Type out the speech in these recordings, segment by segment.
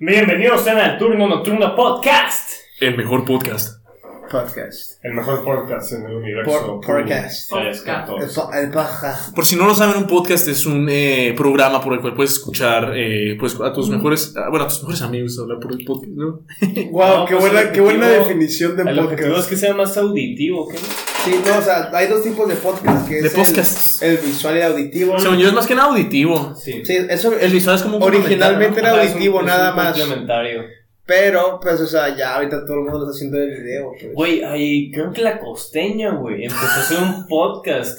Bienvenidos a Turno Nocturno Podcast. El mejor podcast. Podcast. El mejor podcast en el universo. Por, podcast. Ay, es que El, todos. po- el podcast. Por si no lo saben, un podcast es un eh, programa por el cual puedes escuchar eh, pues, a Mm. tus mejores, a- bueno, a tus mejores amigos hablar por el podcast, ¿no? Wow, No, qué, pues el buena, qué buena objetivo- definición de El objetivo es podcast. que sea más auditivo, ¿qué? Sí, no, o sea, hay dos tipos de podcast. Que De es el- podcasts. El, visual y el auditivo. Según yo es más que nada auditivo. Sí. Sí, eso El visual es como un Originalmente complementario, era Ajá, es un- auditivo, es un nada más. Complementario. Pero, pues, o sea, ya ahorita todo el mundo lo está haciendo de video. pues. Güey, ay, creo que la costeña, güey, empezó a hacer un podcast.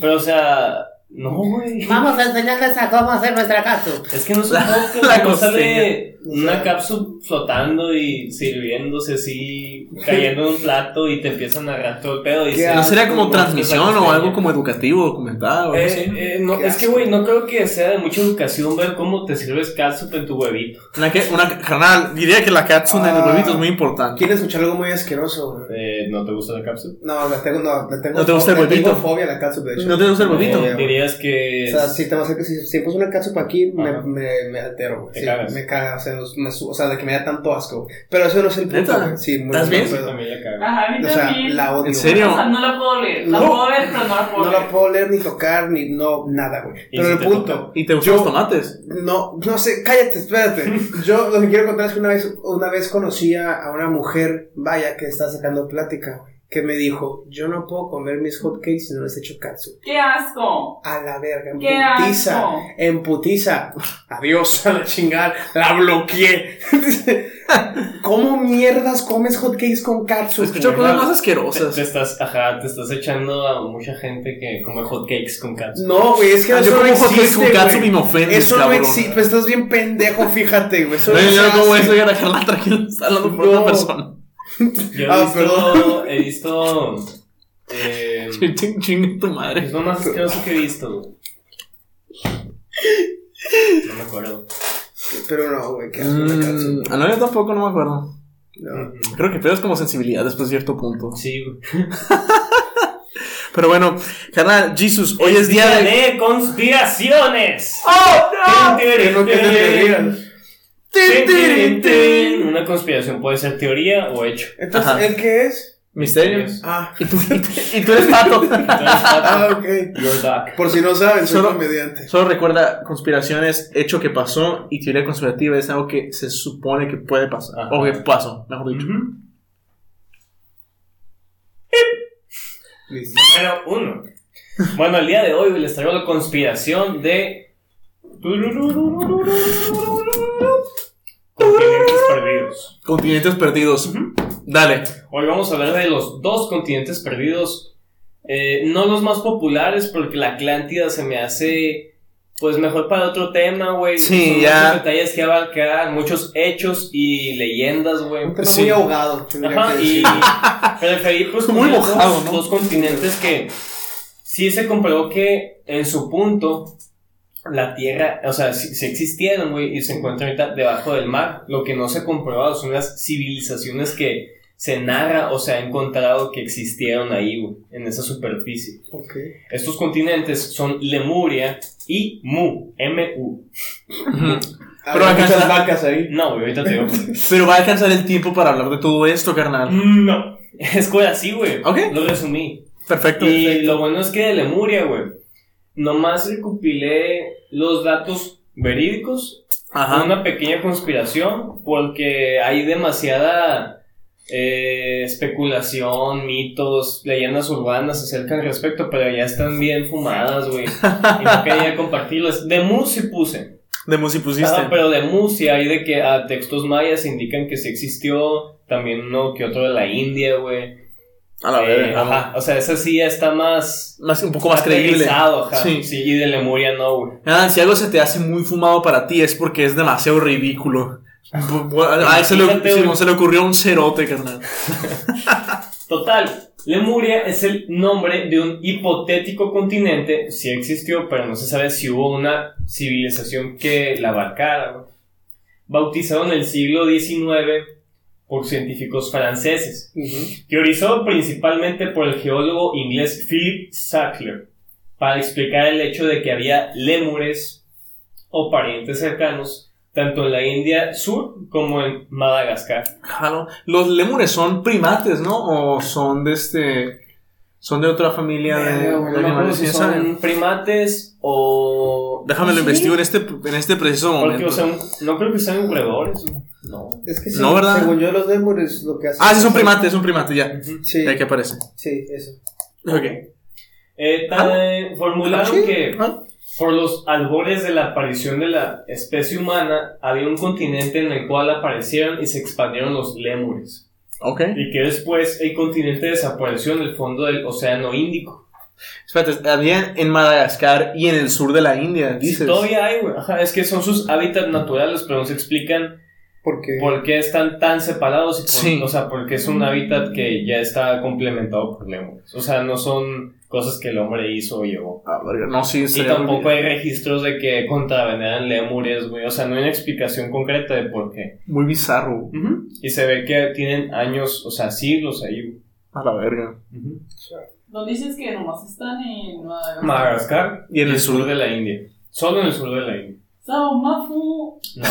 Pero, o sea, no, güey. Vamos a enseñarles a cómo hacer nuestra catsup. Es que no es un podcast, la güey, no sale costeña. una cápsula flotando y sirviéndose así, cayendo en un plato y te empiezan a agarrar todo el pedo. Y Qué se- ¿no? ¿No sería Ah, como sí, es transmisión la o costeña. algo como educativo, documentado? o algo así? Eh, eh, no, Qué es que, asco. güey, no creo que sea de mucha educación ver cómo te sirves catsup en tu huevito. Una, que, una canal, diría que la catsup en el Ah. huevito es muy importante. ¿Quieres escuchar algo muy asqueroso? güey? Eh, ¿No te gusta la cápsula? No, le tengo, no, le tengo, ¿No te gusta el le tengo huevito? fobia a la catsup, de hecho. ¿No te gusta el huevito? Eh, dirías que... O sea, si te vas a si, si puso una catsup aquí, me, Ajá. me, me altero, güey. Te Sí, cagas. me caga, o sea, nos- me su- o sea, de que me da tanto asco. güey. Pero eso no es el punto, ¿Neta? güey. Sí, muy ¿Estás bien. bien? pero- también la cago. Ajá, a mí o sea, también. la odio. ¿En serio? O sea, no la puedo leer. La No. puedo ver, pero no la puedo No leer. la puedo leer ni tocar ni no nada, güey. ¿Y Pero si el te punto, ¿Y te gustan los Yo- tomates? no, no sé, cállate, espérate. Yo lo que quiero contar es que una vez, una vez conocí a a una mujer, vaya, que está sacando plática, güey, que me dijo, yo no puedo comer mis hotcakes si no les echo catsup. ¡Qué asco! A la verga, en ¡Qué putiza. asco! En putiza. Adiós, a la chingada. La bloqueé. ¿Cómo mierdas comes hotcakes con He catsup? escuchado güey? cosas más Te, te asquerosas. estás, ajá, te estás echando a mucha gente que come hotcakes con catsup. No, güey, es que Ah, eso yo no como hotcakes existe, con catsup güey. y me ofendes, Eso cabrón. no existe. Pues estás bien pendejo, fíjate, güey. Eso No, no se yo no como hace. eso, yo era Carla tranquilo, está hablando por No. otra persona. Yo he Ah, visto... perdón. He visto... Eh, Ching, ching, tu madre. es lo más asqueroso que he visto, güey. No me acuerdo. Pero no, güey, qué asco la catsup. Mm, ah, no, yo tampoco, no me acuerdo. No. Creo que peor es como sensibilidad después de cierto punto. Mm, Sí, güey. Pero bueno, carnal, Jesus, hoy es día de... de conspiraciones. ¡Oh, Es lo que te dirían. Tin, tin, Tin, tin. tin, tin. Una conspiración puede ser teoría o hecho. Entonces, Ajá. ¿el qué es? Misterios. Ah, Y tú, y tú- y tú eres pato. ah, Entonces, ok. Your duck. Por si no saben, soy Solo- comediante. Solo recuerda, conspiraciones, hecho que pasó y teoría conspirativa es algo que se supone que puede pasar. Ajá. O que pasó, mejor dicho. Ujú. Listo. Número uno. Bueno, el día de hoy les traigo la conspiración de. Continentes perdidos. Continentes perdidos. Ujú. Dale. Hoy vamos a hablar de los dos continentes perdidos. Eh, no los más populares, porque la Atlántida se me hace. Pues mejor para otro tema, güey. Sí, Son ya. Muchos detalles que abarcar, muchos hechos y leyendas, güey. Un tema Sí. muy ahogado, tendría Ajá, que y decir. preferí pues Muy unir mojado, dos, ¿no? dos continentes que sí se comprobó que en su punto la tierra, o sea, sí, sí existieron, güey, y se encuentran ahorita debajo del mar. Lo que no se ha comprobado son las civilizaciones que se narra o se ha encontrado que existieron ahí, güey, en esa superficie. Ok. Estos continentes son Lemuria y Mu, M-U. Pero Había acá muchas está- vacas ahí. No, güey, ahorita te digo. Pero va a alcanzar el tiempo para hablar de todo esto, carnal. no. Es que así, güey. Ok. Lo resumí. Perfecto. Y lo bueno es que de Lemuria, güey, nomás recopilé los datos verídicos, Ajá. una pequeña conspiración, porque hay demasiada eh, especulación, mitos, leyendas urbanas acerca al respecto, pero ya están bien fumadas, güey, y no quería compartirlas. De Mu sí puse, De Musi pusiste. Ajá, pero de Mu sí hay de que a textos mayas indican que sí existió, también uno que otro de la India, güey. A la Eh, verga. ajá, o sea, esa sí ya está más Más, un poco más creíble. aterrizado, ajá. Sí. Sí. y de Lemuria no, güey. Ah, si algo se te hace muy fumado para ti es porque es demasiado ridículo. Bu- bu- A él se Imagínate, le, güey. Simón, se le ocurrió un cerote, carnal. Total, Lemuria es el nombre de un hipotético continente, sí existió, pero no se sabe si hubo una civilización que la abarcara, güey. Bautizado en el siglo XIX por científicos franceses. teorizado principalmente por el geólogo inglés Philip Sackler, para explicar el hecho de que había lémures o parientes cercanos tanto en la India Sur como en Madagascar. Jalo. Los lémures son primates, ¿no? O son de este. Son de otra familia de, de Eh, bueno, Ah, No me acuerdo animales. si ¿quién sabe? son primates o... Déjame lo investigo en este, en este preciso Porque, momento. o sea, un- no creo que sean roedores. No. Es que sí, No, ¿verdad? según yo los démures lo que hacen. ah, sí, es un primate, es un primate, ya. Sí, Ya que aparece. sí, eso. Ok. Eh, ta- formularon Ah, Sí. que Ah. por los albores de la aparición de la especie humana había un continente en el cual aparecieron y se expandieron los lémures. Ok. y que después el continente desapareció en el fondo del Océano Índico. Espérate, había en Madagascar y en el sur de la India, Sí, dices. todavía hay, güey. Ajá, es que son sus hábitats naturales, pero no se explican Porque. por qué están tan separados. Y por- Sí. O sea, porque es un hábitat que ya está complementado por lémures. O sea, no son cosas que el hombre hizo o llevó. Ah, verga, no, sí, Y estaría muy tampoco bien. hay registros de que contraveneran lémures, güey. O sea, no hay una explicación concreta de por qué. Muy bizarro. Ujú. Y se ve que tienen años, o sea, siglos ahí. güey. A la verga. Ujú. No dices que nomás están en Madagascar. Madagascar Y en el sur. de la India. Solo en el sur de la India. Saumafu. No.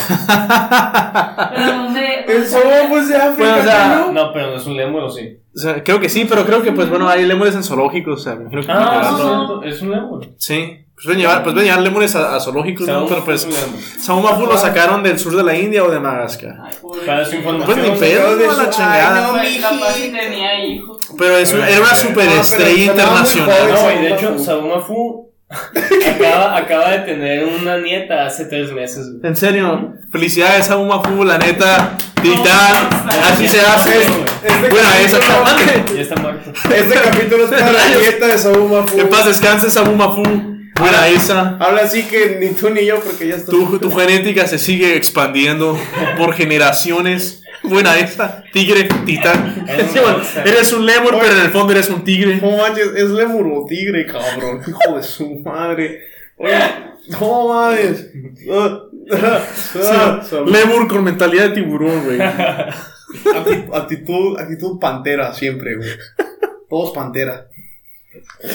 ¿Pero dónde? El somos de África, Bueno, o sea, ¿no? No, pero no es un lémur, ¿o sí. O sea, creo que sí, pero creo que, pues bueno, hay lémures en zoológicos. O sea, me imagino que Ah, no, sí, no. cierto, es un lémur. Sí. Pues ven llevar, pues ven llevar lémures a, a zoológicos, ¿no? Sabemos Pero que es pues. un lémur. Saumafu lo sacaron del sur de la India o de Ah, Madagascar. Ay, pobre. Para su Pues información. ni pedo, de ¿no? su- la chingada. Ay, Ay, Capaz si mijito. tenía hijos. Pero es, un- era una superestrella No, pero sonaba muy internacional. No, y de hecho, Saumafu. Saumafu acaba, acaba de tener una nieta hace tres meses. güey. En serio, felicidades a Umafu, la neta, titán, así se hace. Este Bueno, esa capítulo- Ya está muerto. Este capítulo es para la dieta de Saumafu. Que en paz descanses a Umafu. Ah. Buena esa. Ahora sí que ni tú ni yo, porque ya estoy. Tu, tu genética se sigue expandiendo por generaciones. Buena esa. Tigre, titán. Eres Sí, un bueno, rockstar. Eres un lemur, pero en el fondo eres un tigre. No manches, es lemur o tigre, cabrón. Hijo de su madre. Oye, no mames. Ah, ah, ah, Lemur con mentalidad de tiburón, güey. Acti- actitud, actitud pantera siempre, güey. Todos pantera.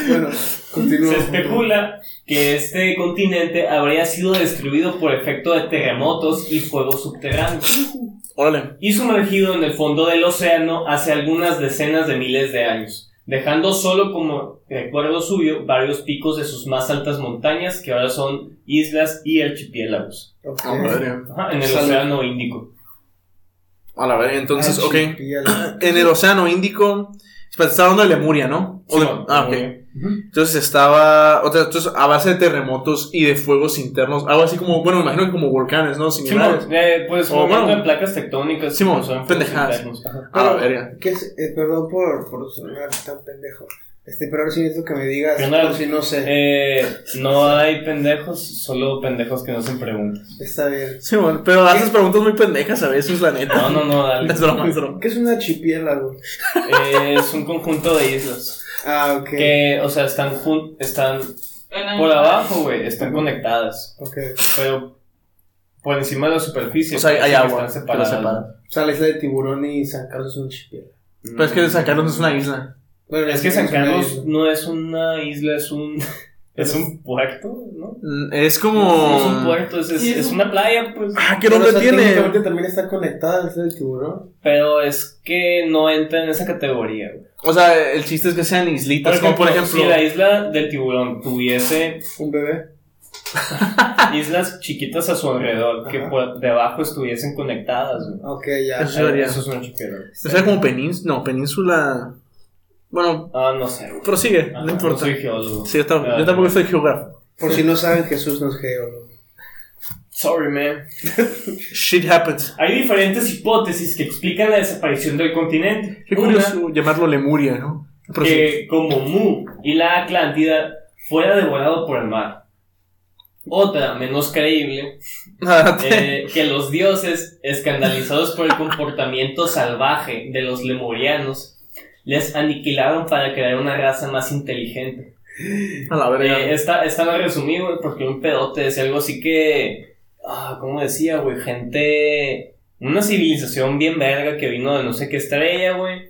Bueno, continúa. Se especula que este continente habría sido destruido por efecto de terremotos y fuegos subterráneos Órale. y sumergido en el fondo del océano hace algunas decenas de miles de años, dejando solo como recuerdo suyo varios picos de sus más altas montañas que ahora son islas y archipiélagos. Ok. A la verga. Ajá, en el Salud. Océano Índico. A la verga, entonces, Ah, ok. Archipiélago. En el Océano Índico. Espérate, está hablando de Lemuria, ¿no? O de- Sí, ah, ok. Lemuria. Ujú. Entonces estaba. O sea, entonces a base de terremotos y de fuegos internos. Algo así como. Bueno, me imagino que como volcanes, ¿no? Similares. Simón, eh, pues O movimiento bueno. de placas tectónicas. Simón, que causaban pendejadas. fuegos internos. Ajá. a la Pero- verga. ¿Qué es? Eh, perdón por, por sonar tan pendejo. Este, pero ahora sí necesito que me digas, Pero nada, por si no sé. Eh, no hay pendejos, solo pendejos que no hacen preguntas. Está bien. Sí, bueno, pero haces preguntas muy pendejas a veces, la neta. No, no, no, dale. Es broma, es broma. ¿Qué es un archipiélago? Eh, es un conjunto de islas Ah, ok. que, o sea, están jun- están por abajo, güey, están conectadas, Ok. pero por encima de la superficie. O sea, hay parece que Están agua. Que lo separadas. separa. O sea, la isla de Tiburón y San Carlos es un archipiélago. Pero es Mm. que San Carlos es una isla. Bueno, Mm. Es que San una Carlos isla. no es una isla, es un es un puerto, ¿no? Mm, Es No Es un como. puerto, es, es- Sí, es es un- una playa, pues. Ah, ¿qué Pero, nombre o sea, técnicamente tiene? también está conectada la isla de Tiburón. Pero es que no entra en esa categoría, güey. O sea, el chiste es que sean islitas, como por ejemplo. si la isla del tiburón tuviese Un bebé. islas chiquitas a su alrededor que Ajá. por debajo estuviesen conectadas, güey. Ok, ya. Eso sería. Eso es un chiquero. O sea, como península. No, península. Bueno, Ah, no sé, güey. prosigue, Ajá, Pues, no importa. soy geólogo. Sí, yo, tam- Ah, yo tampoco soy geógrafo. Por si no saben, Jesús no es geólogo. Sorry, man. Shit happens. Hay diferentes hipótesis que explican la desaparición del continente. Qué Una, Eh, curioso llamarlo Lemuria, ¿no? Prosigue. que como Mu y la Atlántida fuera devorado por el mar. Otra, menos creíble, Adelante. eh, que los dioses, escandalizados por el comportamiento salvaje de los lemurianos, les aniquilaron para crear una raza más inteligente. A la verga. Eh, esta, esta la resumí, güey, porque un pedote decía algo así que... Ah, ¿cómo decía, güey? Gente Una civilización bien verga que vino de no sé qué estrella, güey.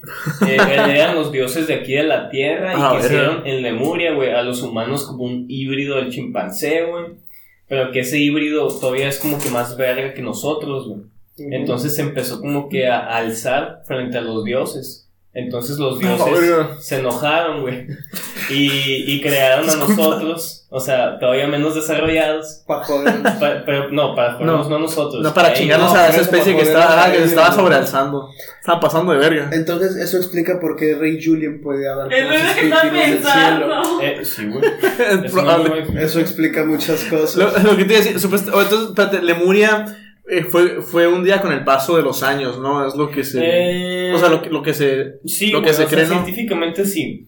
Eh, eran los dioses de aquí de la Tierra y Ah, que verga. hicieron en Lemuria, güey, a los humanos como un híbrido del chimpancé, güey. Pero que ese híbrido todavía es como que más verga que nosotros, güey. Entonces se empezó como que a alzar frente a los dioses. Entonces los dioses Ah, verga. se enojaron, güey. Y, y crearon a Disculpa. nosotros, o sea, todavía menos desarrollados. Para joder. pa- pero no, para jodernos, no, a nosotros. No, para a chingarnos ellos. a no, esa especie que, como estaba, poder- ah, que se estaba sobrealzando. Estaba pasando de verga. Entonces, eso explica por qué Rey Julian puede hablar Es lo sus que estaba espíritus del cielo. pensando. Eh, sí, güey. Es muy Probable. bueno. Eso explica muchas cosas. Lo, lo que te iba a decir, supuesto- oh, entonces, espérate, Lemuria eh, fue, fue un día con el paso de los años, ¿no? Es lo que se. Eh, o sea, lo, que- lo que se. sí, lo que güey, se o sea, cree, ¿no? científicamente sí.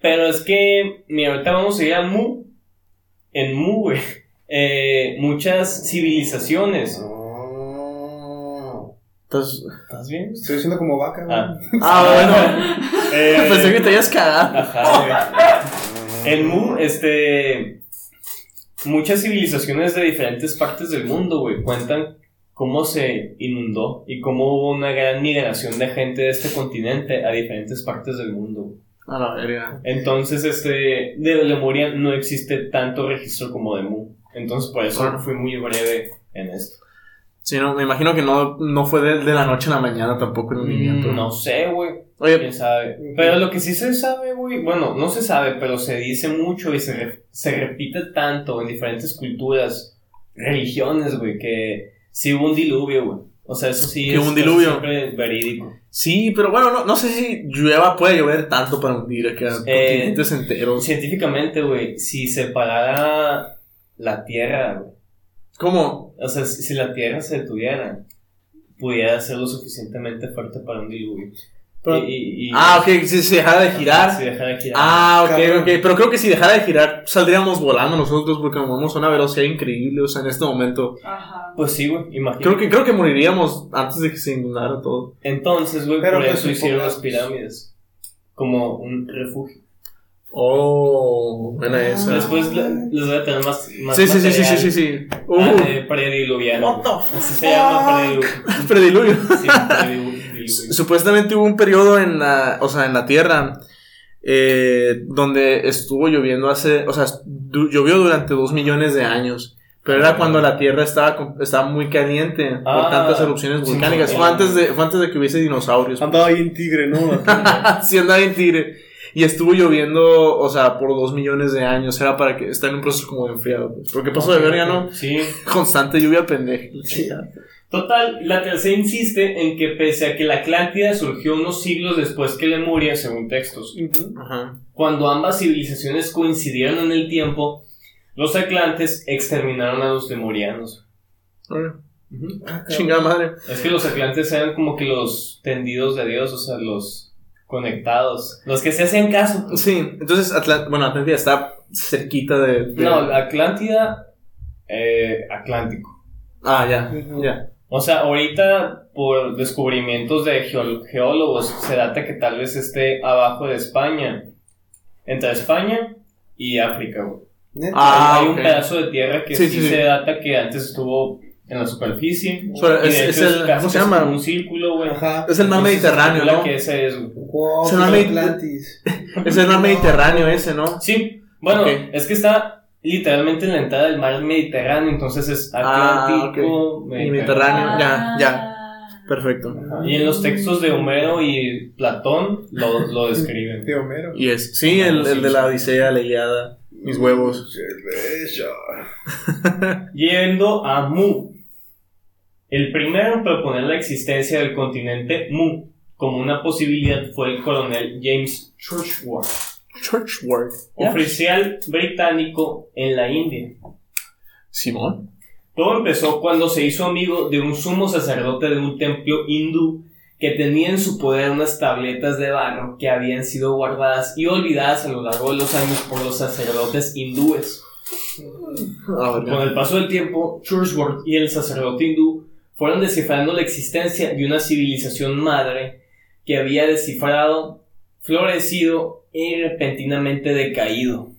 Pero es que, mira, ahorita vamos a ir a Mu. En Mu, güey. Eh, muchas civilizaciones. Ah. pues- ¿Estás bien? Estoy diciendo como vaca, güey. Ah. ah, bueno. Eh, Pensé que te habías cagado. Ajá, güey. En Mu, este. Muchas civilizaciones de diferentes partes del mundo, güey, cuentan cómo se inundó y cómo hubo una gran migración de gente de este continente a diferentes partes del mundo. güey. A la verga. Entonces, este. De Lemuria no existe tanto registro como de Mu. Entonces, por eso Claro. fui muy breve en esto. Sí, no, me imagino que no, no fue de, de la noche a la mañana tampoco el movimiento. Mm, No sé, güey. Oye, ¿Quién sabe? Pero lo que sí se sabe, güey, bueno, no se sabe, pero se dice mucho y se, re- se repite tanto en diferentes culturas, religiones, güey, que sí hubo un diluvio, güey. O sea, eso sí Que hubo un diluvio. siempre verídico. sí, pero bueno, no, no sé si llueva, puede llover tanto para hundir acá Eh, continentes enteros. Científicamente, güey, si se parara la Tierra, güey, ¿Cómo? o sea, si, si la Tierra se detuviera, pudiera ser lo suficientemente fuerte para un diluvio. Pero- Y- y- y- Ah, ok, si se dejara de girar. Si dejara de girar. Ah, ok, Cabrón. ok. Pero creo que si dejara de girar, saldríamos volando nosotros porque nos movemos a una velocidad increíble. O sea, en este momento. Ajá. Pues sí, güey, imagínate. Creo que, creo que moriríamos antes de que se inundara todo. Entonces, güey, por Pero pues eso hicieron supongamos- las pirámides. Como un refugio. Oh, buena Ah. esa. Después la- les voy a tener más. más sí, sí, sí, sí, sí, material. sí, sí. Ah, Uh, de prediluviano. What the Así se llama prediluvio. prediluvio. Sí, prediluvio. Supuestamente hubo un periodo en la, o sea, en la Tierra eh, donde estuvo lloviendo hace, o sea, du- llovió durante dos millones de años. Pero era cuando la Tierra estaba, con- estaba muy caliente por Ah, tantas erupciones sí, volcánicas. sí. Fue antes, de, fue antes de que hubiese dinosaurios. Andaba ahí en tigre, ¿no? si andaba en tigre. Y estuvo lloviendo, o sea, por dos millones de años. Era para que está en un proceso como de enfriado. pues. Porque pasó de verga, ¿no? Sí. Constante lluvia pendeja. Total, la tercera insiste en que pese a que la Atlántida surgió unos siglos después que Lemuria, según textos, Ajá. cuando ambas civilizaciones coincidieron en el tiempo, los atlantes exterminaron a los lemurianos. Ujú. Chingada Ah, madre. Es que los atlantes eran como que los tendidos de Dios, o sea, los conectados, los que se hacían caso. pues. Sí, entonces, Atlan- bueno, Atlántida está cerquita de. de- No, Atlántida, eh, Atlántico. Ah, ya, Ujú. ya. O sea, ahorita por descubrimientos de geol- geólogos se data que tal vez esté abajo de España, entre España y África. güey. Neta. Ah, hay, hay ok. un pedazo de tierra que Sí, sí, sí, sí. se data que antes estuvo en la superficie. O sea, y de es, hecho es el, casi ¿Cómo se que es llama? como Un círculo, güey. Ajá. Es el Entonces, mar se Mediterráneo, calcula ¿no? que ese es, güey. Wow, Se llama puto Medi- Atlantis. Es el mar Mediterráneo ese, ¿no? Sí, bueno, Ok. es que está literalmente en la entrada del mar Mediterráneo, entonces es Ah, Atlántico, Y Mediterráneo, ya, ya. Ah. Perfecto. Y en los textos de Homero y Platón lo, lo describen. De Homero. Y es, sí, el, el de la Odisea, la Iliada, mis huevos. Cerveza. Yendo a Mu. El primero en proponer la existencia del continente Mu como una posibilidad fue el coronel James Churchward, Churchward. oficial británico en la India. Simón. Todo empezó cuando se hizo amigo de un sumo sacerdote de un templo hindú que tenía en su poder unas tabletas de barro que habían sido guardadas y olvidadas a lo largo de los años por los sacerdotes hindúes. Ah, Con verga. el paso del tiempo, Churchward y el sacerdote hindú fueron descifrando la existencia de una civilización madre que había descifrado, florecido y repentinamente decaído.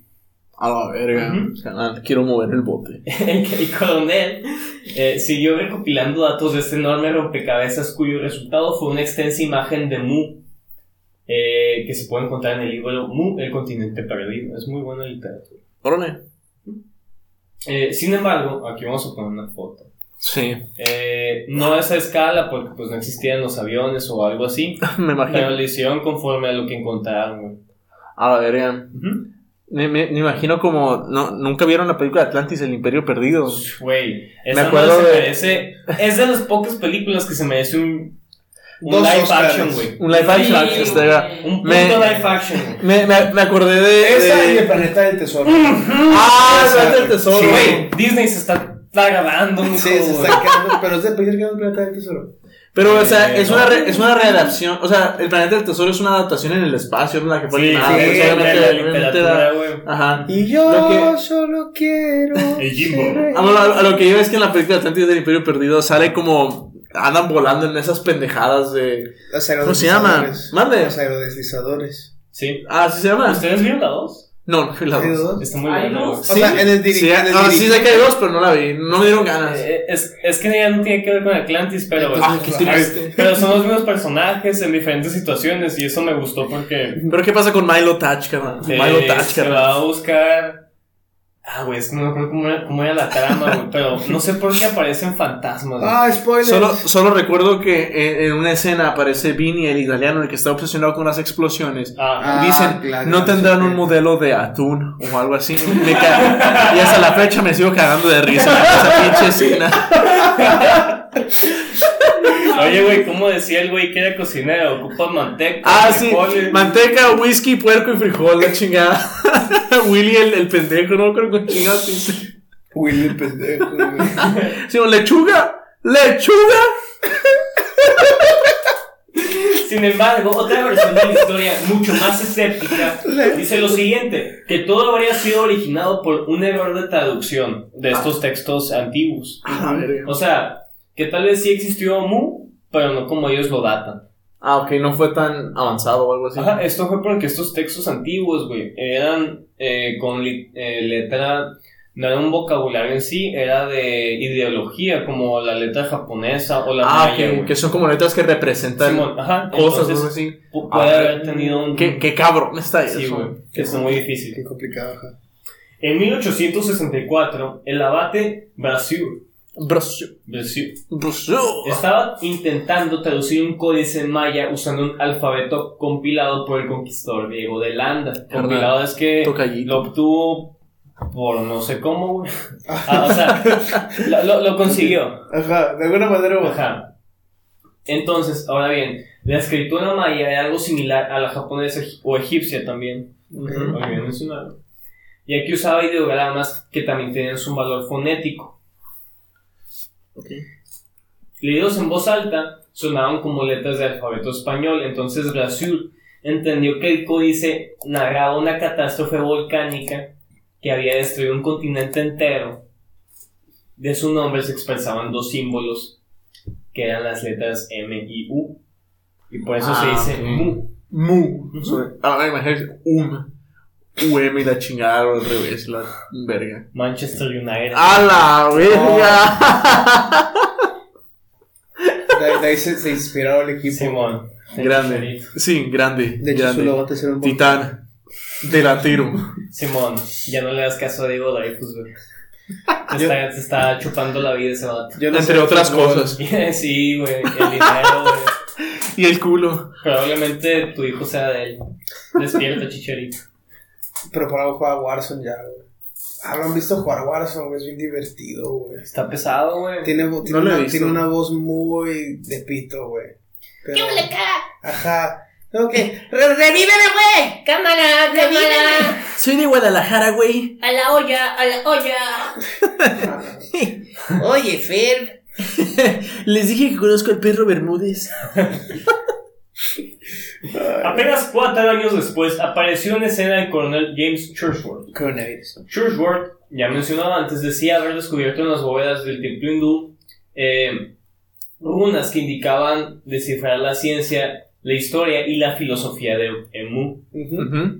A la verga. Ujú. Canal, quiero mover el bote. El, el coronel eh, siguió recopilando datos de este enorme rompecabezas cuyo resultado fue una extensa imagen de Mu eh, que se puede encontrar en el libro Mu, el continente perdido. Es muy buena literatura. Órale. Eh, sin embargo, aquí vamos a poner una foto. Sí. Eh, no a esa escala porque pues no existían los aviones o algo así, Me pero imagino. lo hicieron conforme a lo que encontraron. güey. A la verga. Ujú. Me, me- me imagino como. No, Nunca vieron la película Atlantis, el Imperio Perdido. Pues, Güey, esa acuerdo madre se de- merece- es de las pocas películas que se merece un, un Dos live Oscars. action, güey. Un live Sí, action. este, era- güey. Un puto Me- live action, güey. me, me, me acordé de. Esa de- y el planeta del tesoro. Ah, el Esa, planeta del tesoro. sí, Güey, Disney se está tragando Sí, mucho, se está quedando, pero es de pensar que no es el planeta del tesoro. Pero, o sea, Eh, es, no. una re- es una readaptación. O sea, el planeta del tesoro es una adaptación en el espacio, es la que fue Sí, animada, sí, pues, la- obviamente- la obviamente literatura, era- güey. Ajá. Y yo Lo que- solo quiero. El Jimbo. ser- Ah, bueno, a, a lo que iba es que en la película Atlantis del Imperio Perdido sale como. Andan volando en esas pendejadas de. Los aerodeslizadores. ¿Cómo se llama? Mande. Los aerodeslizadores. Sí. Ah, ¿sí se llama? ¿Ustedes vieron la 2? No, no vi la ¿Hay dos. dos? Está muy Ay, buena, no. güey. O sea, en el diri- Sí, en el ah, sí diri- sé que hay dos, pero no la vi. No me dieron ganas. Eh, pues, Es, es que ya no tiene que ver con Atlantis, pero, ah, qué triste. pero son los mismos personajes en diferentes situaciones y eso me gustó porque Pero ¿qué pasa con Milo Touch, carnal? eh, Milo Touch, se va a carnal. buscar... Ah, güey, es que no me acuerdo cómo era, cómo era la trama, güey, pero no sé por qué aparecen fantasmas. güey. Ah, spoiler. Solo, solo recuerdo que eh, en, en una escena aparece Vinny, el italiano, el que está obsesionado con las explosiones. Ah, Ah, Dicen, claro, no tendrán sí. un modelo de atún o algo así. Me ca- y hasta la fecha me sigo cagando de risa con esa pinche escena. Oye, güey, ¿cómo decía el güey que era cocinero? Ocupa manteca, Ah, sí. frijoles. Manteca, whisky, puerco y frijol, la chingada. Willy el, el pendejo, no creo que chingados dice. Willy el pendejo, güey. Sí, o lechuga, lechuga. Sin embargo, otra versión de la historia, mucho más escéptica, dice lo siguiente, que todo habría sido originado por un error de traducción de estos textos antiguos. Ah, verga. O sea, que tal vez sí existió Mu, pero no como ellos lo datan. Ah, ok, no fue tan avanzado o algo así. Ajá, eh, esto fue porque estos textos antiguos, güey, eran eh, con li- eh, letra, no era un vocabulario en sí, era de ideología, como la letra japonesa o la Ah, maya, que, güey. que son como letras que representan Simón, ajá, cosas, entonces, ¿no? así. pu- puede Ah, haber tenido un... Qué, qué cabrón está Sí, eso. güey, es muy difícil. Qué complicado, ajá. En 1864, el abate Brasil Brosio, brosio. estaba intentando traducir un códice maya usando un alfabeto compilado por el conquistador Diego de Landa. Compilado es que Tocallito. lo obtuvo por no sé cómo, güey. Ah, o sea, lo, lo- lo consiguió. Ajá, de alguna manera, güey. Ajá. Entonces, ahora bien, la escritura maya era algo similar a la japonesa eg- o egipcia también. Ujú. Olvidé mencionarlo. Y aquí usaba ideogramas que también tenían su valor fonético. Leídos en voz alta, sonaban como letras de alfabeto español. Entonces Brasil entendió que el códice narraba una catástrofe volcánica que había destruido un continente entero. De su nombre se expresaban dos símbolos, que eran las letras M y U. Y por eso Ah, se dice ok. Mu. Mu. Ujú. Sobre- Ahora imagínate um. UM y la chingada o al revés, la verga. Manchester United. ¡A la verga! De, de ahí se, se inspiró el equipo. Simón. Grande. Sí, grande. de hecho, grande. su logote será un Titán. Delantero. Simón, ya no le das caso a Diego Dreyfus, güey. Te está, te está chupando la vida ese vato. Yo sé entre de otras fútbol. cosas. Sí, güey, el dinero, güey. Y el culo. Probablemente tu hijo sea de él. Despierta, chicharito. Pero por algo juega Warzone ya, güey. Ah, lo han visto jugar Warzone, güey. Es bien divertido, güey. Está pesado, güey. Tiene, vo- tiene lo he una, visto. tiene una voz muy de pito, güey. Pero- ¡Chúle, cara! Ajá. Ok. Re- ¡Revíveme, güey! ¡Cámara, cámara! Soy de Guadalajara, güey. ¡A la olla, a la olla! Oye, Fer, Les dije que conozco al perro Bermúdez. Apenas cuatro años después apareció en escena el coronel James Churchward. Coronavirus. Churchward, ya mencionado antes, decía haber descubierto en las bóvedas del templo hindú eh, runas que indicaban descifrar la ciencia, la historia y la filosofía de Emu. Ujú.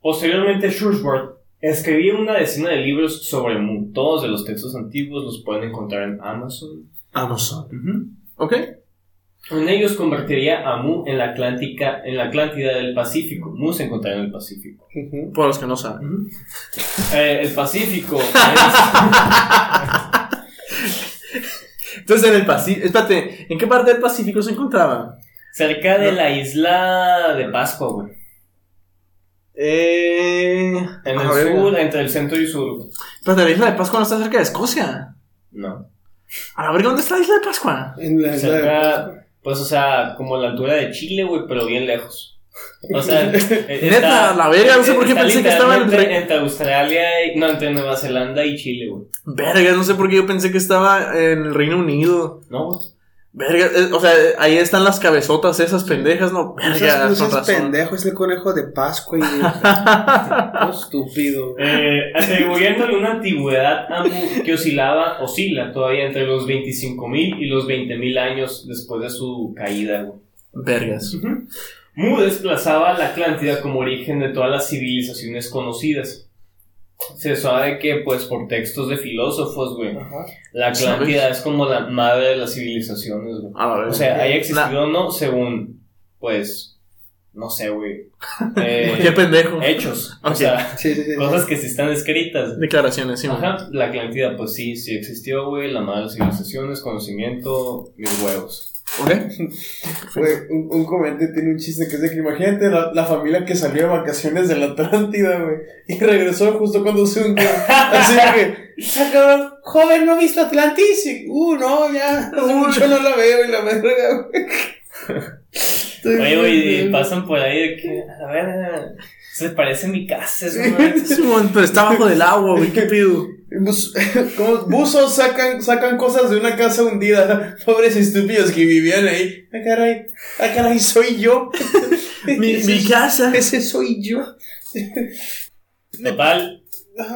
Posteriormente, Schwarzbard Escribí una decena de libros sobre Mu. Todos de los textos antiguos los pueden encontrar en Amazon. Amazon. Ujú. Ok. En ellos convertiría a Mu en la, Atlántica, en la Atlántida del Pacífico. Mu se encontraba en el Pacífico. Ujú. Por los que no saben. Ujú. Eh, el Pacífico es- Entonces en el Pacífico. Espérate, ¿en qué parte del Pacífico se encontraba? cerca de la isla de Pascua, güey. Eh. En el a ver, sur, entre el centro y sur. güey. Espérate, la isla de Pascua no está cerca de Escocia. No. A la verga, ¿dónde está la isla de Pascua? En la isla de Pascua. Cerca, pues, o sea, como la altura de Chile, güey, pero bien lejos. O sea, eh, Neta, la verga, no sé por qué está pensé que estaba en- literalmente entre Australia y. No, entre Nueva Zelanda y Chile, güey. Verga, no sé por qué yo pensé que estaba en el Reino Unido. No, güey. Verga, eh, o sea, ahí están las cabezotas esas pendejas, no, No verga, seas- no con seas razón. pendejo, es el conejo de Pascua y estúpido. Eh, atribuyéndole una antigüedad a Mu que oscilaba, oscila todavía entre los 25.000 y los 20.000 años después de su caída. güey. Vergas. Mu desplazaba a la Atlántida como origen de todas las civilizaciones conocidas. Se sabe que, pues, por textos de filósofos, güey, Ajá. la Atlántida es como la madre de las civilizaciones, güey. A la verga. O sea, haya Nah, existido o no, según, pues, no sé, güey. eh, Qué pendejo. hechos. O Ok. sea, Sí, sí, sí. cosas que sí están escritas. Declaraciones, sí, man. Ajá, la Atlántida, pues sí, sí existió, güey. La madre de las civilizaciones, conocimiento, mis huevos. Ok. Güey, un, un comentario tiene un chiste que es de que imagínate la, la familia que salió de vacaciones de la Atlántida, güey, y regresó justo cuando se hundió. Así que, "Ah, cabrón, joven, ¿no ha visto Atlantis? Y, uh, no, ya, hace mucho no la veo y la verga, güey. Oye, güey, y pasan por ahí de que, a ver, se parece a mi casa, es una- Sí, man, pero está bajo del agua, güey, qué pido. Bus- como buzos sacan, sacan cosas de una casa hundida. Pobres estúpidos que vivían ahí. Ah, caray, ah, caray, soy yo. Mi, Ese mi es- casa. Ese soy yo. Total,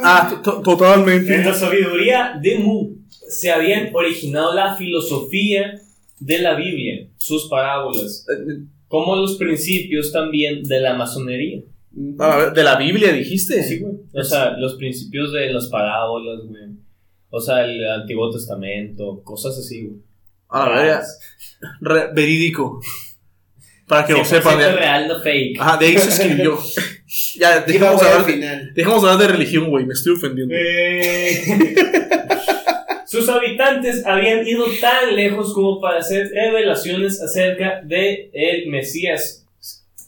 Ah, to- totalmente. en la sabiduría de Mu se habían originado la filosofía de la Biblia, sus parábolas, como los principios también de la masonería. No, a ver, de la Biblia dijiste. Sí, güey. O sea, los principios de las parábolas, güey. O sea, el Antiguo Testamento, cosas así, güey. A la verga. Re- verídico. Para que lo sepan. 100% De, real, no fake. ajá, de ahí se escribió. ya, dejamos Giveaway hablar, al de, final. dejamos hablar de religión, güey. Me estoy ofendiendo. Eh, Sus habitantes habían ido tan lejos como para hacer revelaciones acerca de el Mesías,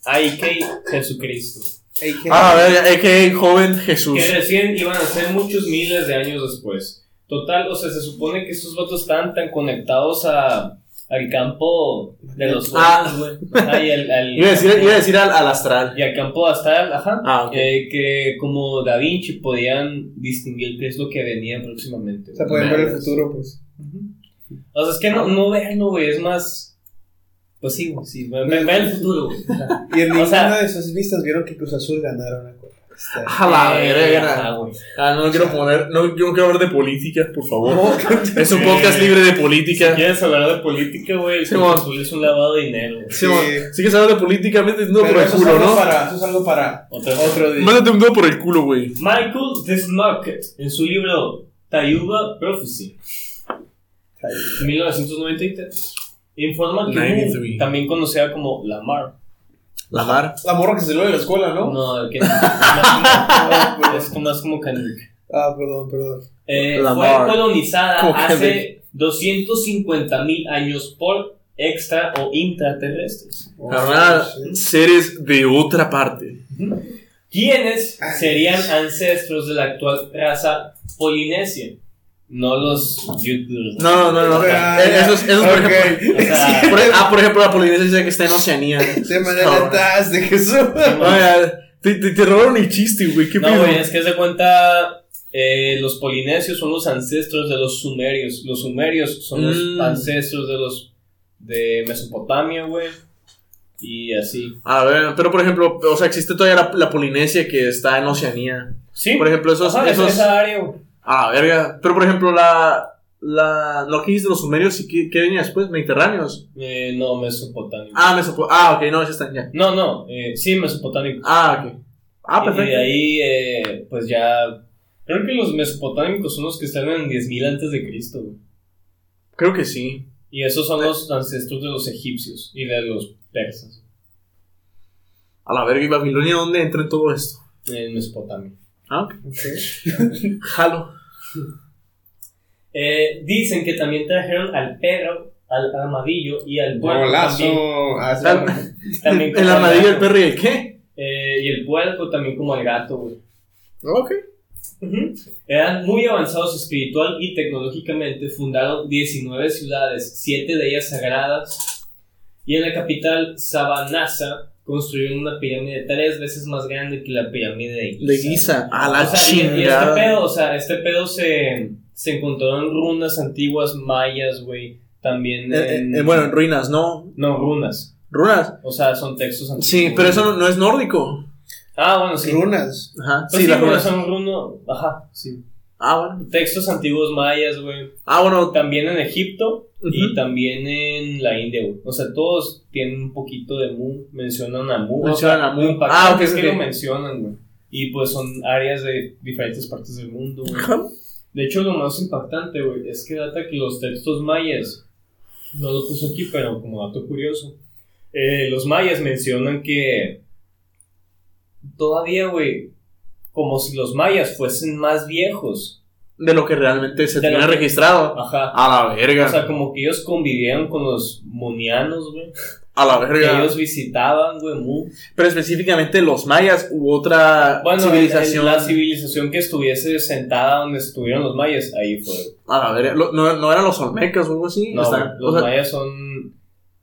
a.k.a. Jesucristo, Ey, qué- Ah, a ver, es que joven Jesús. que recién iban a ser muchos miles de años después. Total, o sea, se supone que estos vatos estaban tan conectados a, al campo de los Ah. sueños, güey. Ajá, y al- al- Iba a decir, iba a decir al, al astral. y al campo astral, ajá, Ah, ok. eh, que como Da Vinci podían distinguir qué es lo que venía próximamente. O güey. sea, pueden ver el Vergas. futuro, pues. Ujú. O sea, es que no, no verlo, güey, es más. Pues sí, güey, sí, ve, ve- ve el futuro, güey. Y en O sea- ninguna de sus vistas vieron que Cruz Azul ganaron la Copa. Este, Está- A la Eh, verga. ajá, güey. Ah, no, no quiero poner. No, yo no quiero hablar de política, por favor. No, Es un podcast Eh, libre de Si política. quieres hablar de política, güey, el Sí, mon. Cruz Azul es un lavado de dinero, güey. Sí, man, si quieres hablar de política, mete un dedo por pero el eso es culo, algo ¿no? para, eso es algo para Otra vez. otro día. Mándate un dedo por el culo, güey. Michael Desmarket, en su libro Tayuga Prophecy, 1993, informa que Moore, 93. también conocida como Lamar, La mar. La morra que se lo de la escuela, ¿no? No, que no. es más como Kendrick. Ah, perdón, perdón. Eh, Lamar. fue colonizada Como hace Kendrick. 250 mil años por extra o intraterrestres. Carnal, Oh, sí. seres de otra parte. ¿Quiénes Ay. serían ancestros de la actual raza polinesia? No los youtubers. No, no, no. no. Ah, Eh, ya. Eso es, eso es por Ok. ejemplo. O sea, Por e- ah, por ejemplo, la polinesia dice que está en Oceanía. Te me Cabrón. adelantas de Jesús. Oiga, te, te, te robaron el chiste, güey. ¿Qué ah, no, pedo? güey, es que se cuenta. eh, los polinesios son los ancestros de los sumerios. Los sumerios son los Mm. ancestros de los de Mesopotamia, güey. Y así. A ver, pero por ejemplo, o sea, existe todavía la, la Polinesia que está en Oceanía. Sí. Por ejemplo, esos. Ajá, esos esa área, güey. ah, verga. Pero por ejemplo, la. la ¿No que dijiste los sumerios y qué, qué venía después? ¿Mediterráneos? Eh, no, Mesopotamia. Ah, Mesopotamia. Ah, ok, no, ya están ya. No, no, eh, sí, Mesopotamia. Ah, ok. Y- Ah, Y de perfecto. ahí, eh, pues ya. Creo que los mesopotámicos son los que están en 10.000 antes de Cristo, güey. Creo que sí. Y esos son los ancestros de los egipcios y de los persas A la verga, ¿y Babilonia dónde entra en todo esto? en Mesopotamia. Ah, ok. Sí. jalo. Eh, dicen que también trajeron al perro, al armadillo y al puerco. También, Golazo. Ah, sí. también El como al armadillo, el gato. perro y el qué. Eh, y el puerco también como al gato, güey. Ok. Ujú. Eran muy avanzados espiritual y tecnológicamente, fundaron 19 ciudades, 7 de ellas sagradas, y en la capital, Sabanasa, construyeron una pirámide tres veces más grande que la pirámide de Giza. De Guisa. A la O sea, y- y este chingada. Eh, pedo, o sea, este pedo se, se encontró en runas antiguas mayas, güey, también Eh, en... eh, bueno, en ruinas, no. No, runas, Runas. o sea, son textos antiguos. Sí, pero eso no, no es nórdico. Ah, bueno, sí. Runas. Ajá. Pues sí, sí, las bueno, runas. son runo... Ajá, sí. Ah, bueno. Textos antiguos mayas, güey. Ah, bueno. También en Egipto Ujú. y también en la India, güey. O sea, todos tienen un poquito de Mu, mencionan a Mu. o Mencionan sea, a Mu. lo impactante Ah, ok, es que ok. lo mencionan, güey. Y pues son áreas de diferentes partes del mundo, güey. Ajá. De hecho, lo más impactante, güey, es que data que los textos mayas, no lo puse aquí, pero como dato curioso, eh, los mayas mencionan que todavía, güey, como si los mayas fuesen más viejos. De lo que realmente se De lo tiene que- registrado. Ajá. A la verga. O sea, como que ellos convivieron con los monianos, güey. a la Que verga. ellos visitaban, güey, mu. Pero específicamente los mayas u otra Bueno, civilización. el- el- la civilización que estuviese sentada donde estuvieron los mayas, ahí fue. A la verga. Lo- no, no eran los olmecas o algo así. No, Está- güey, o los sea, mayas son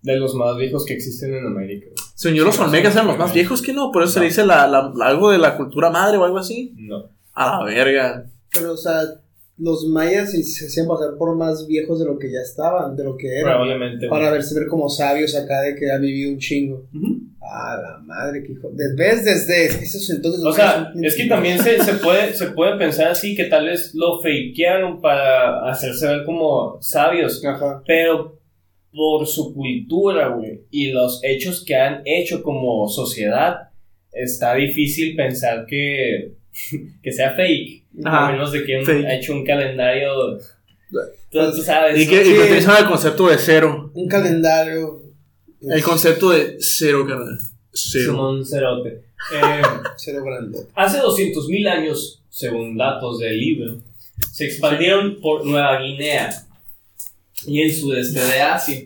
de los más viejos que existen en América. güey. según yo, los olmecas eran los más viejos que no. Por eso se le dice la, la- la- algo de la cultura madre o algo así. No. A la verga. Pero, o sea, los mayas se se hacían pasar por más viejos de lo que ya estaban, de lo que eran. Probablemente. güey. Para verse ver como sabios acá de que han vivido un chingo. Ujú. A la madre, que hijo. de- ¿Ves? Desde esos entonces. O sea, es que también se, se puede, se puede pensar así que tal vez lo fakearon para hacerse ver como sabios. Ajá. pero por su cultura, güey, y los hechos que han hecho como sociedad, está difícil pensar que, que sea fake, Ajá, a menos de que fake. ha hecho un calendario, tú, tú sabes, Y que ¿no? y sí. que utilizan el concepto de cero. Un calendario. pues, El concepto de cero, carnal. Cero. Simón Cerote. Eh, Cero grande. hace 200.000 años, según datos del libro, se expandieron por Nueva Guinea y el sudeste de Asia,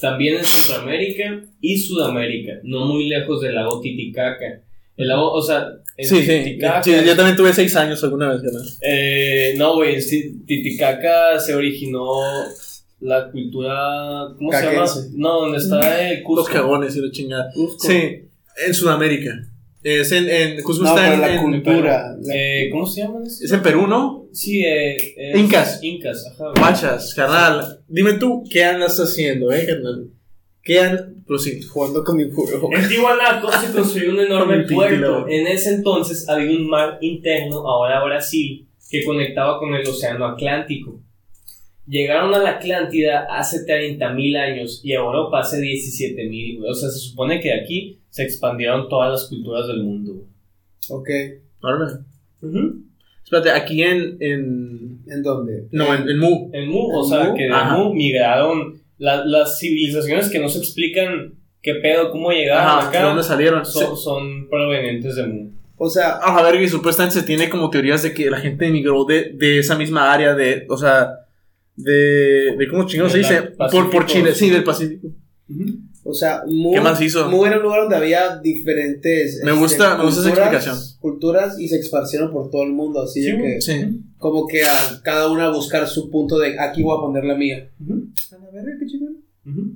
también en Centroamérica y Sudamérica, no muy lejos del lago Titicaca. El lago, o sea, en Sí, sí. Titicaca, Sí, Yo también tuve seis años alguna vez, carnal. eh, no, güey, en Ti- Titicaca se originó la cultura, ¿cómo se Caquense. llama? No, donde está el Los Cusco. cagones y la chingada. Cusco. Sí, en Sudamérica. Es en, en Cusco No, está pero en, la en- cultura. la- Eh, ¿Cómo se llaman eso? Es en Perú, ¿no? Sí, eh, es- Incas. Incas, ajá. güey. Machas, carnal. Dime tú, ¿qué andas haciendo, eh, carnal? ¿Qué andas? Pero sí. Jugando con mi juego. En Tiwanaku se construyó un Con enorme el pintilo. puerto. En ese entonces había un mar interno, ahora Brasil, que conectaba con el Océano Atlántico. Llegaron a la Atlántida hace 30.000 años y a Europa hace 17.000. güey. O sea, se supone que de aquí se expandieron todas las culturas del mundo. Ok. Ahora, Ujú. espérate, aquí en. en ¿En dónde? no, en, en Mu. En Mu, o ¿En sea, Mu? que de Ajá. Mu migraron la- las civilizaciones que no se explican qué pedo, cómo llegaron Ajá, ¿de acá, dónde salieron? son, son provenientes de Mu. O sea, A ver, y supuestamente se tiene como teorías de que la gente emigró de, de esa misma área, de. O sea, de. de ¿Cómo chingados se Del dice? Por, por Pacífico. Chile, sí, del Pacífico. o sea, Mu, ¿Qué más hizo? Mu era un lugar donde había diferentes. Me este, gusta- me gusta esa culturas- explicación. Culturas y se esparcieron por todo el mundo. Así Sí, de que. Sí. Como que a cada una a buscar su punto de aquí voy a poner la mía. Ujú. A la verga, qué chingón. Ujú.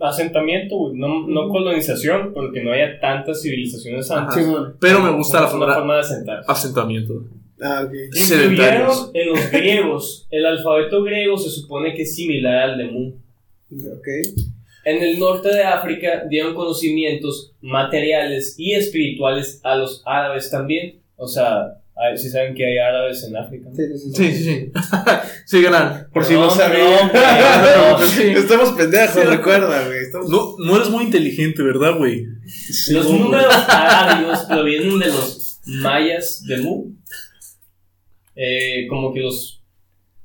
Asentamiento, güey, no, no colonización, porque no haya tantas civilizaciones Ah. Ajá. antes. Simón. Pero me gusta la Es una forma. forma de asentarse. Asentamiento. Ah, ok. Incluyeron Sedentarios. en los griegos. El alfabeto griego se supone que es similar al de Mu. Ok. En el norte de África dieron conocimientos materiales y espirituales a los árabes también. O sea, si saben que hay árabes en África. ¿no? Sí, sí, sí. Sí, sí, sí. sí, ganar. Por si no Perdón, sabían. perdón, güey, Sí. Estamos pendejos, Sí. recuerda, güey. Estamos... No, no eres muy inteligente, ¿verdad, güey? Los números arábigos provienen de los mayas de Mu. Eh, como que los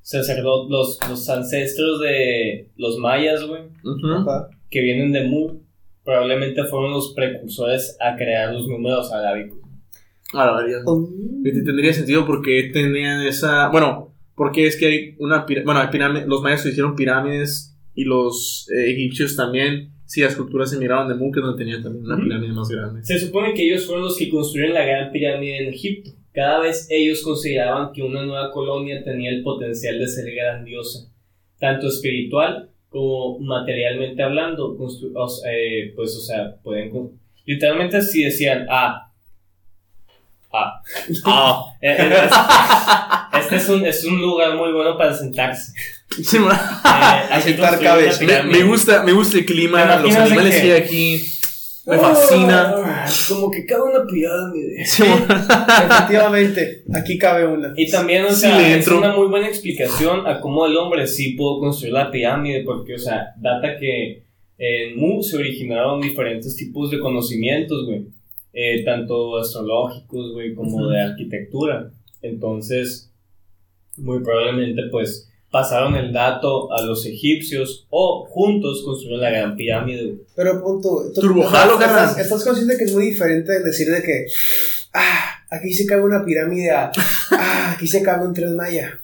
sacerdotes, los, los ancestros de los mayas, güey, Ujú. que vienen de Mu, probablemente fueron los precursores a crear los números arábicos. A la verga. Y te- Tendría sentido porque tenían esa. Bueno, porque es que hay una. pira- Bueno, hay pirámide- los mayas hicieron pirámides y los eh, egipcios también. Sí, las culturas se miraron de Mu, que donde tenían también una Ujú. pirámide más grande. Se supone que ellos fueron los que construyeron la gran pirámide en Egipto. Cada vez ellos consideraban que una nueva colonia tenía el potencial de ser grandiosa, tanto espiritual como materialmente hablando. constru- o sea, eh, pues, o sea, pueden. con- Literalmente, si decían, ah, ah, Ah, eh, eh, este es un, es un lugar muy bueno para sentarse. sí, me- Eh, hay que sentar construir una cabeza. me, pirámide. gusta, me gusta el ¿Te clima, imaginas los de Oh, animales qué? que hay aquí. Me fascina. Ah, Como que cabe una pirámide. Sí, mo- Efectivamente, aquí cabe una. Y también, o Sí, sea, le es entro. una muy buena explicación a cómo el hombre sí pudo construir la pirámide, porque, o sea, data que en Mu se originaron diferentes tipos de conocimientos, güey, eh, tanto astrológicos, güey, como de arquitectura. Entonces, muy probablemente, pues, pasaron el dato a los egipcios o juntos construyeron la gran pirámide. güey. Pero punto. tú- Turbojalo, estás- carnal. estás, estás consciente que es muy diferente el decir de que. Ah, aquí se cabe una pirámide. ah, Ah, aquí se cabe un tren maya.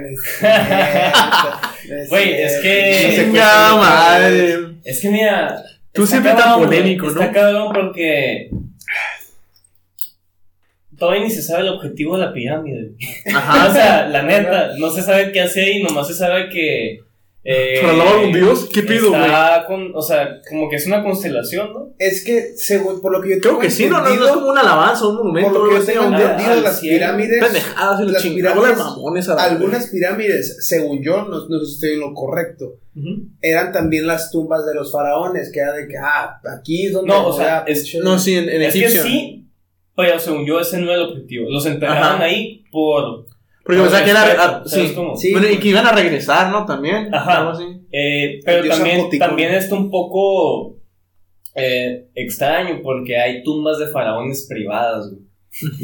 no es cierto, no Güey, es cierto. que- No se Chinga cuestiona. madre. Es que mira. Tú está siempre tan cabrón, güey, polémico, ¿no? Está cabrón porque. Todavía ni se sabe el objetivo de la pirámide. Ajá. o sea, la neta, no se sabe qué hace ahí, nomás se sabe que. Eh, ¿Para alabar a un dios? ¿Qué pido, güey? está con- O sea, como que es una constelación, ¿no? Es que, según, por lo que yo Creo tengo que sí, no, no, no es entendido, como una alabanza, un monumento. Por lo algo que yo así, tengo un- nada, entendido, al las cielo. pirámides. Pendejadas y la las chingada, pirámides, de mamones a la Algunas pirámides, según yo, no, no sé si estoy en lo correcto, eran también las tumbas de los faraones, que era de que, ah, aquí es donde... No, o voy sea, a- es, No, sí, en, en es que Egipcio. sí, pero según yo, ese no era el objetivo. Los enterraron Ajá. ahí por. Porque por pensaba que era. respeto, ah, ¿sabes sí. cómo? Sí, bueno, y güey. que iban a regresar, ¿no? También. Ajá. Algo así. Eh, pero Dios también, zapotico. también está un poco eh, extraño porque hay tumbas de faraones privadas, güey.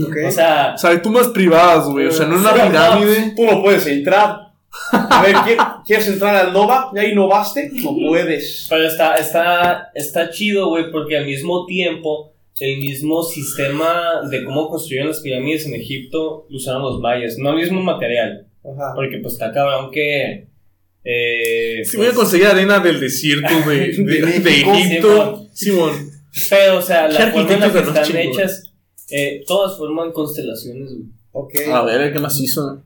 Ok. O sea, O sea, hay tumbas privadas, güey. O sea, no es una Sí, pues, pirámide. Tú no puedes entrar. A ver, ¿quie- ¿quieres entrar al Nova? ¿Ya innovaste? No puedes. pero está, está, está chido, güey, porque al mismo tiempo el mismo sistema de cómo construyeron las pirámides en Egipto lo usaron los mayas, no el mismo material, Ajá. porque pues está cabrón que... Eh, Sí, voy pues, a conseguir arena del desierto de, de, de México, Egipto. Simón. pero, o sea, Qué la forma en la que arquitectos de los están chingos. hechas, eh, todas forman constelaciones, güey. Ok. A ver, ¿qué más hizo?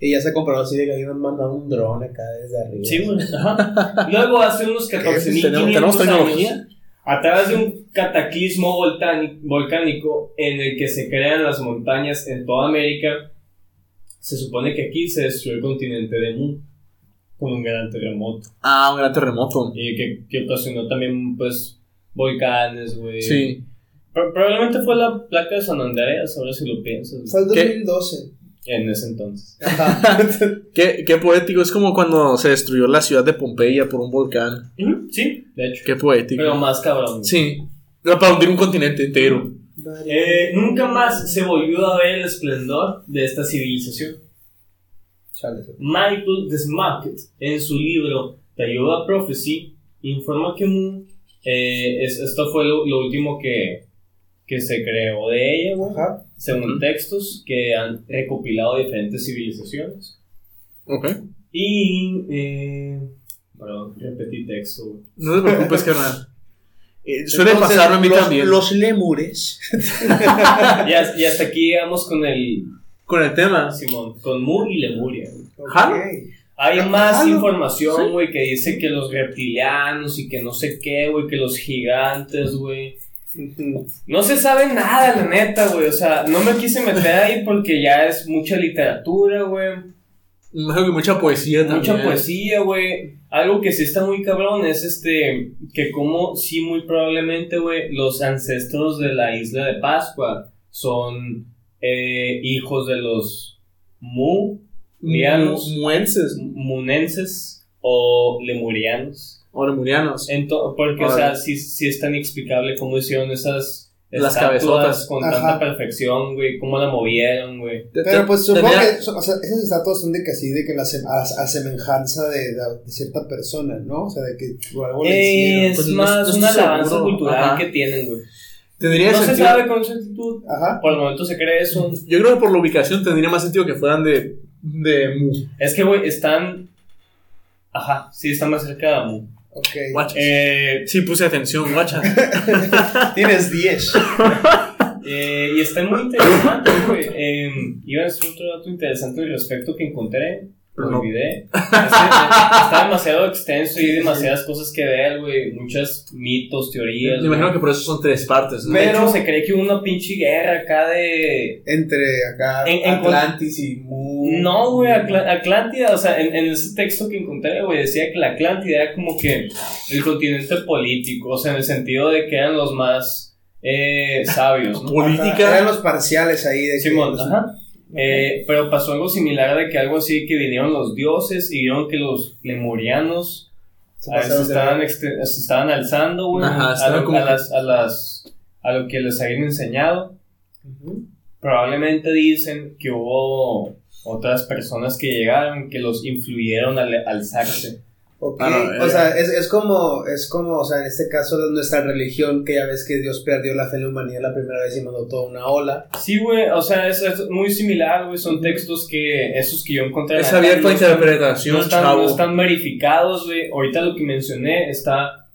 Y ya se comprobó así de que alguien manda un dron acá desde arriba. Sí, güey. ajá. Luego hace unos Tenemos- tenemos 14.500 tecnología. años, a través de un cataclismo voltáni- volcánico en el que se crean las montañas en toda América, se supone que aquí se destruyó el continente de Mu con un gran terremoto Ah, un gran terremoto. y que, que ocasionó también, pues, volcanes, güey. Sí. Pro- probablemente fue la placa de San Andreas, ahora si lo piensas, Fue güey, el ¿Qué? 2012. en ese entonces. Ajá. Qué, qué poético. Es como cuando se destruyó la ciudad de Pompeya por un volcán. Ujú, Sí, de hecho. Qué poético. Pero más cabrón. güey. Sí. Era para hundir un continente entero. Eh, nunca más se volvió a ver el esplendor de esta civilización. Chale. Michael Desmarket, en su libro The Yoga Prophecy, informa que Moon, eh, es- esto fue lo, lo último que, que se creó de ella, güey, Ajá. según Ujú. textos que han recopilado diferentes civilizaciones. Ok. Y, eh, perdón, repetí texto. güey. No te preocupes, carnal. Eh, suele Entonces, pasarme a mí los- también. Los lémures. Y, hasta, y hasta aquí llegamos con el Con el tema. Simón, con Moon y Lemuria. güey. Ajá. Ok. Hay Ah, más ah, no. información, güey, que dice que los reptilianos y que no sé qué, güey, que los gigantes, güey. No se sabe nada, la neta, güey. O sea, no me quise meter ahí porque ya es mucha literatura, güey. Me imagino que mucha poesía también. Mucha poesía, güey. Algo que sí está muy cabrón es este, que como sí muy probablemente, güey, los ancestros de la isla de Pascua son eh, hijos de los Mu, Murianos. Mu- Muenses. Munenses o Lemurianos. O lemurianos. Ento- porque, o Órale. sea, sí, sí es tan explicable cómo hicieron esas Las estatuas cabezotas. Con Ajá. tanta perfección, güey. Cómo la movieron, güey. Pero pues supongo Tendría- que son- o sea, esas estatuas son de que así, de que la sem- a, a semejanza de, de- de cierta persona, ¿no? O sea, de que por algo le hicieron. Es Pues no- más no estoy una seguro. alabanza cultural Ajá. que tienen, güey. Tendría No se sentido. sabe con exactitud. Ajá. Por el momento se cree eso. Yo creo que por la ubicación tendría más sentido que fueran de. de Mu. Eh, Es que, güey, están. Ajá, sí, están más cerca de Amu. Ok. Guachas. Eh, sí, puse atención, guacha. Tienes 10. eh, y están muy interesantes, güey. Eh, iba a decir otro dato interesante al respecto que encontré. Lo No. olvidé. Es que, eh, está demasiado extenso y hay demasiadas cosas que ver, güey. Muchos mitos, teorías. Me imagino güey. que pues, por eso son tres partes. ¿no? De Pero- hecho, se cree que hubo una pinche guerra acá de. Entre acá En- en- Atlantis y Mu. No, güey, Atl- Atlántida, o sea, en, en ese texto que encontré, güey, decía que la Atlántida era como que el continente político, o sea, en el sentido de que eran los más eh, sabios, ¿no? Ajá, Política. Eran los parciales ahí de que- Simón, ajá. Eh, pero pasó algo similar de que algo así que vinieron los dioses y vieron que los lemurianos se a veces pasaron de- estaban, exte- se estaban alzando, güey, Ajá, a, estaban lo- como a que- las, a las- a lo que les habían enseñado. Probablemente dicen que hubo otras personas que llegaron que los influyeron al alzarse. Ok, Ah, no, o eh, sea, es, es como, es como, o sea, en este caso de nuestra religión, que ya ves que Dios perdió la fe en la humanidad la primera vez y mandó toda una ola. Sí, güey, o sea, es, es muy similar, güey, son textos que esos que yo encontré. en Es la abierto a calle, no están- interpretación, no están, chavo. no están verificados, güey. Ahorita lo que mencioné está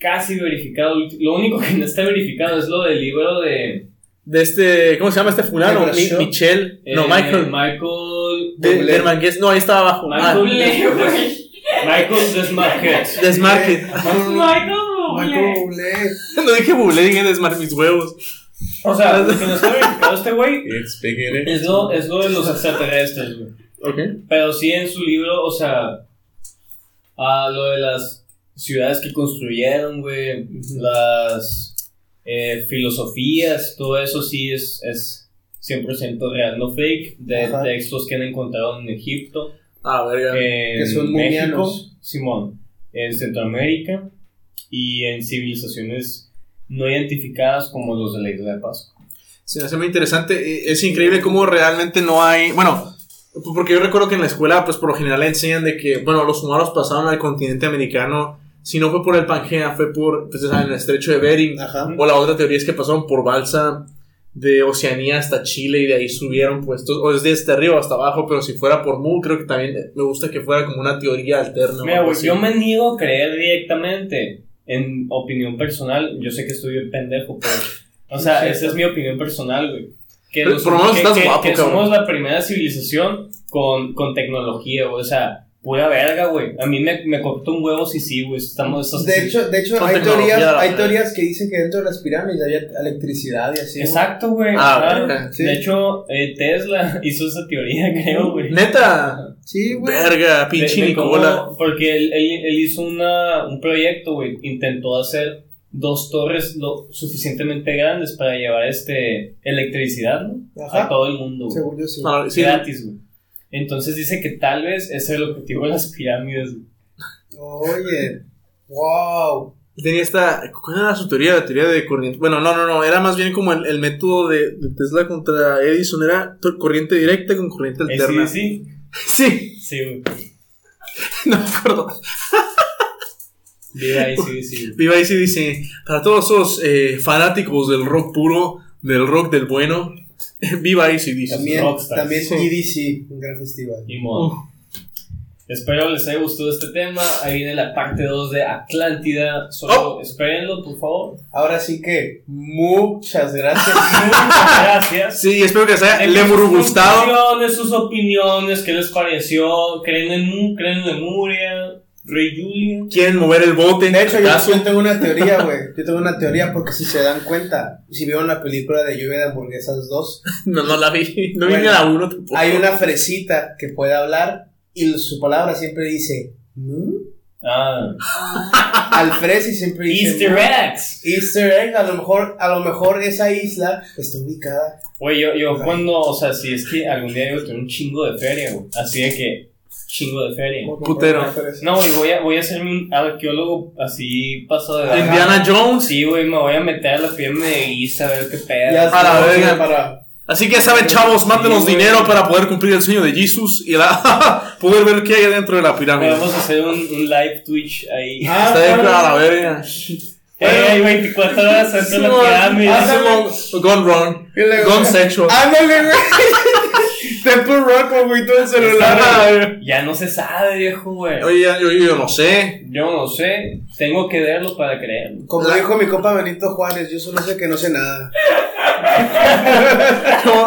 casi verificado. Lo único que no está verificado es lo del libro de De este. ¿Cómo se llama este fulano? Mi- Michel. Michel. eh, no, Michael. Michael de, del Mangués. No, ahí estaba abajo. Ah, Michael Bublé, güey. pues. Michael Desmarquez. Desmarque. Michael Michael Bublé. Bublé. no dije bulé, dije desmarque mis huevos. O sea, lo que nos está verificado este güey Expliqué. es lo, es lo de los extraterrestres, güey. Ok. Pero sí en su libro, o sea, a lo de las ciudades que construyeron, güey, las eh, filosofías, todo eso sí es, es 100% real, no fake, de Ajá. textos que han encontrado en Egipto, Ah, verga. en Que son México, mumianos. Simón, en Centroamérica y en civilizaciones no identificadas como los de la isla de Pascua. Se me hace muy interesante. Eh, Es increíble cómo realmente no hay. Bueno, porque yo recuerdo que en la escuela, pues por lo general le enseñan de que, bueno, los humanos pasaron al continente americano. Si no fue por el Pangea, fue por, pues, ¿saben? el estrecho de Bering. Ajá. O la otra teoría es que pasaron por balsa de Oceanía hasta Chile y de ahí subieron, pues, to- o es desde arriba hasta abajo. Pero si fuera por Mu, creo que también me gusta que fuera como una teoría alterna. o Mira, algo güey, así. yo me niego a creer directamente en opinión personal. Yo sé que estoy bien pendejo, pero. O sea, esa es mi opinión personal, güey. Que, Pero nos- por lo menos que- estás que- guapo, que cabrón. somos la primera civilización con, con tecnología, güey. O sea, pura verga, güey. A mí me, me cortó un huevo si sí, güey. Estamos. esos- De hecho, de hecho Con hay, tecnología, teorías, la hay verdad. teorías que dicen que dentro de las pirámides había electricidad y así. güey. Exacto, güey. Ah, ajá. verga, sí. De hecho, eh, Tesla hizo esa teoría, creo, güey. Neta, Sí, güey. verga, De- pinche de cómo- Nicola. porque él, él- él hizo una, un proyecto, güey. Intentó hacer dos torres lo suficientemente grandes para llevar este electricidad ¿no? a Ajá. todo el mundo, güey. Según yo sí. No, sí, Gratis, güey. Entonces dice que tal vez ese es el objetivo de las pirámides. güey. Oye. Wow. Tenía esta. ¿Cuál era su teoría? La teoría de corriente. Bueno, no, no, no. Era más bien como el, el método de, de Tesla contra Edison. Era to- corriente directa con corriente Eh, sí, alterna. Sí, sí, sí. sí, güey. no me acuerdo. Viva ahí, sí, sí. Viva y dice: Para todos esos eh, fanáticos del rock puro, del rock del bueno, viva y dice. También, rockstars. también Sí. EDC, un gran festival. Ni modo. Uf. Espero les haya gustado este tema. Ahí viene la parte 2 de Atlántida. Oh. Solo espérenlo, por favor. Ahora sí que muchas gracias. Muchas gracias. Sí, espero que les haya Lemur gustado. Opiniones, sus opiniones, ¿qué les pareció? ¿Creen en Mu? ¿Creen en Lemuria? ¿Rey Julia? Quieren mover el bote. De hecho, yo, ¿Acaso? yo tengo una teoría, güey. Yo tengo una teoría porque si se dan cuenta, si vieron la película de lluvia de hamburguesas 2, No, no la vi. No vi ni Bueno, a la uno tampoco. hay una fresita que puede hablar y su palabra siempre dice "¿Mm?". Ah. al fres y siempre dice Easter "¿Mm?". eggs. Easter egg, a lo mejor, a lo mejor esa isla está ubicada. Güey, yo, yo cuando, o sea, si es que algún día yo tengo un chingo de feria, güey. Así de que chingo de feria. Putero. No, güey, voy a, voy a ser un arqueólogo así pasado de verga. Indiana Jones. Sí, güey, me voy a meter a la pirámide de Giza a ver qué pedo. Ya A la está, verga. Para... Así que ya saben, chavos, mándenos güey. dinero para poder cumplir el sueño de Jesus y la- poder ver qué hay adentro de la pirámide. Podemos hacer un, un live Twitch ahí. Ah, Está bien, bueno, a la verga. Eh, hay 24 horas dentro de la pirámide. Hace lo- Gone wrong. y luego- Gone sexual. Ándale, güey. Temple Rock, güey, todo el celular. Ya no se sabe, viejo, güey. Oye, yo, yo- yo no sé. Yo no sé, tengo que verlo para creerlo. Como dijo mi copa Benito Juárez, yo solo sé que no sé nada. Como,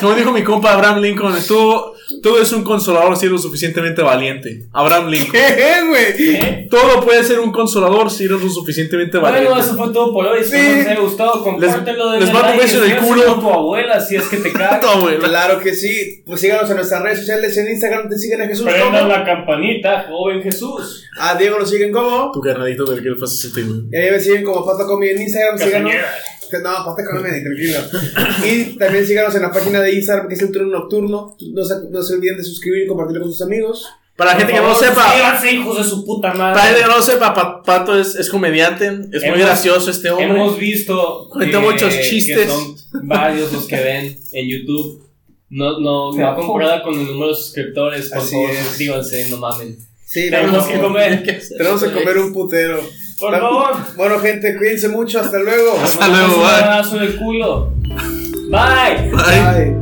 como dijo mi compa Abraham Lincoln, tú, tú eres un consolador si eres lo suficientemente valiente. Abraham Lincoln. ¿Qué, güey? ¿Eh? Todo puede ser un consolador si eres lo suficientemente valiente. Bueno, eso fue todo por hoy. Espero que les haya gustado. Compártelo de les mando un beso en el culo. a tu abuela si es que te caga. Puta, güey. Claro que sí. Pues síganos en nuestras redes sociales. En Instagram te siguen a Jesús. Prendan ¿cómo? la campanita, joven Jesús. A Diego lo siguen como. Tu carnalito del que fue 69. Y a mí me siguen como Pata Comi en Instagram. Síganos. Castañeda. No, Pata Comi, tranquilo. Y también síganos en la página de Instagram que es el turno nocturno. No se, no se olviden de suscribir y compartirlo con sus amigos. Para la gente que no lo Por favor, sepa, suscríbanse, hijos de su puta madre. para la gente que no lo sepa, Pa- Pato es, es comediante, es Hemos- muy gracioso este hombre. Hemos visto Cuenta muchos chistes. que son varios los que ven en YouTube. No, no, no comparada con el número de suscriptores, por Así favor, es. suscríbanse, no mamen. Sí, Tenemos vamos que comer. Tenemos que comer un putero. Por favor. Bueno, gente, cuídense mucho. Hasta luego. Hasta luego, Un bye. abrazo de culo. Bye. Ay. Bye.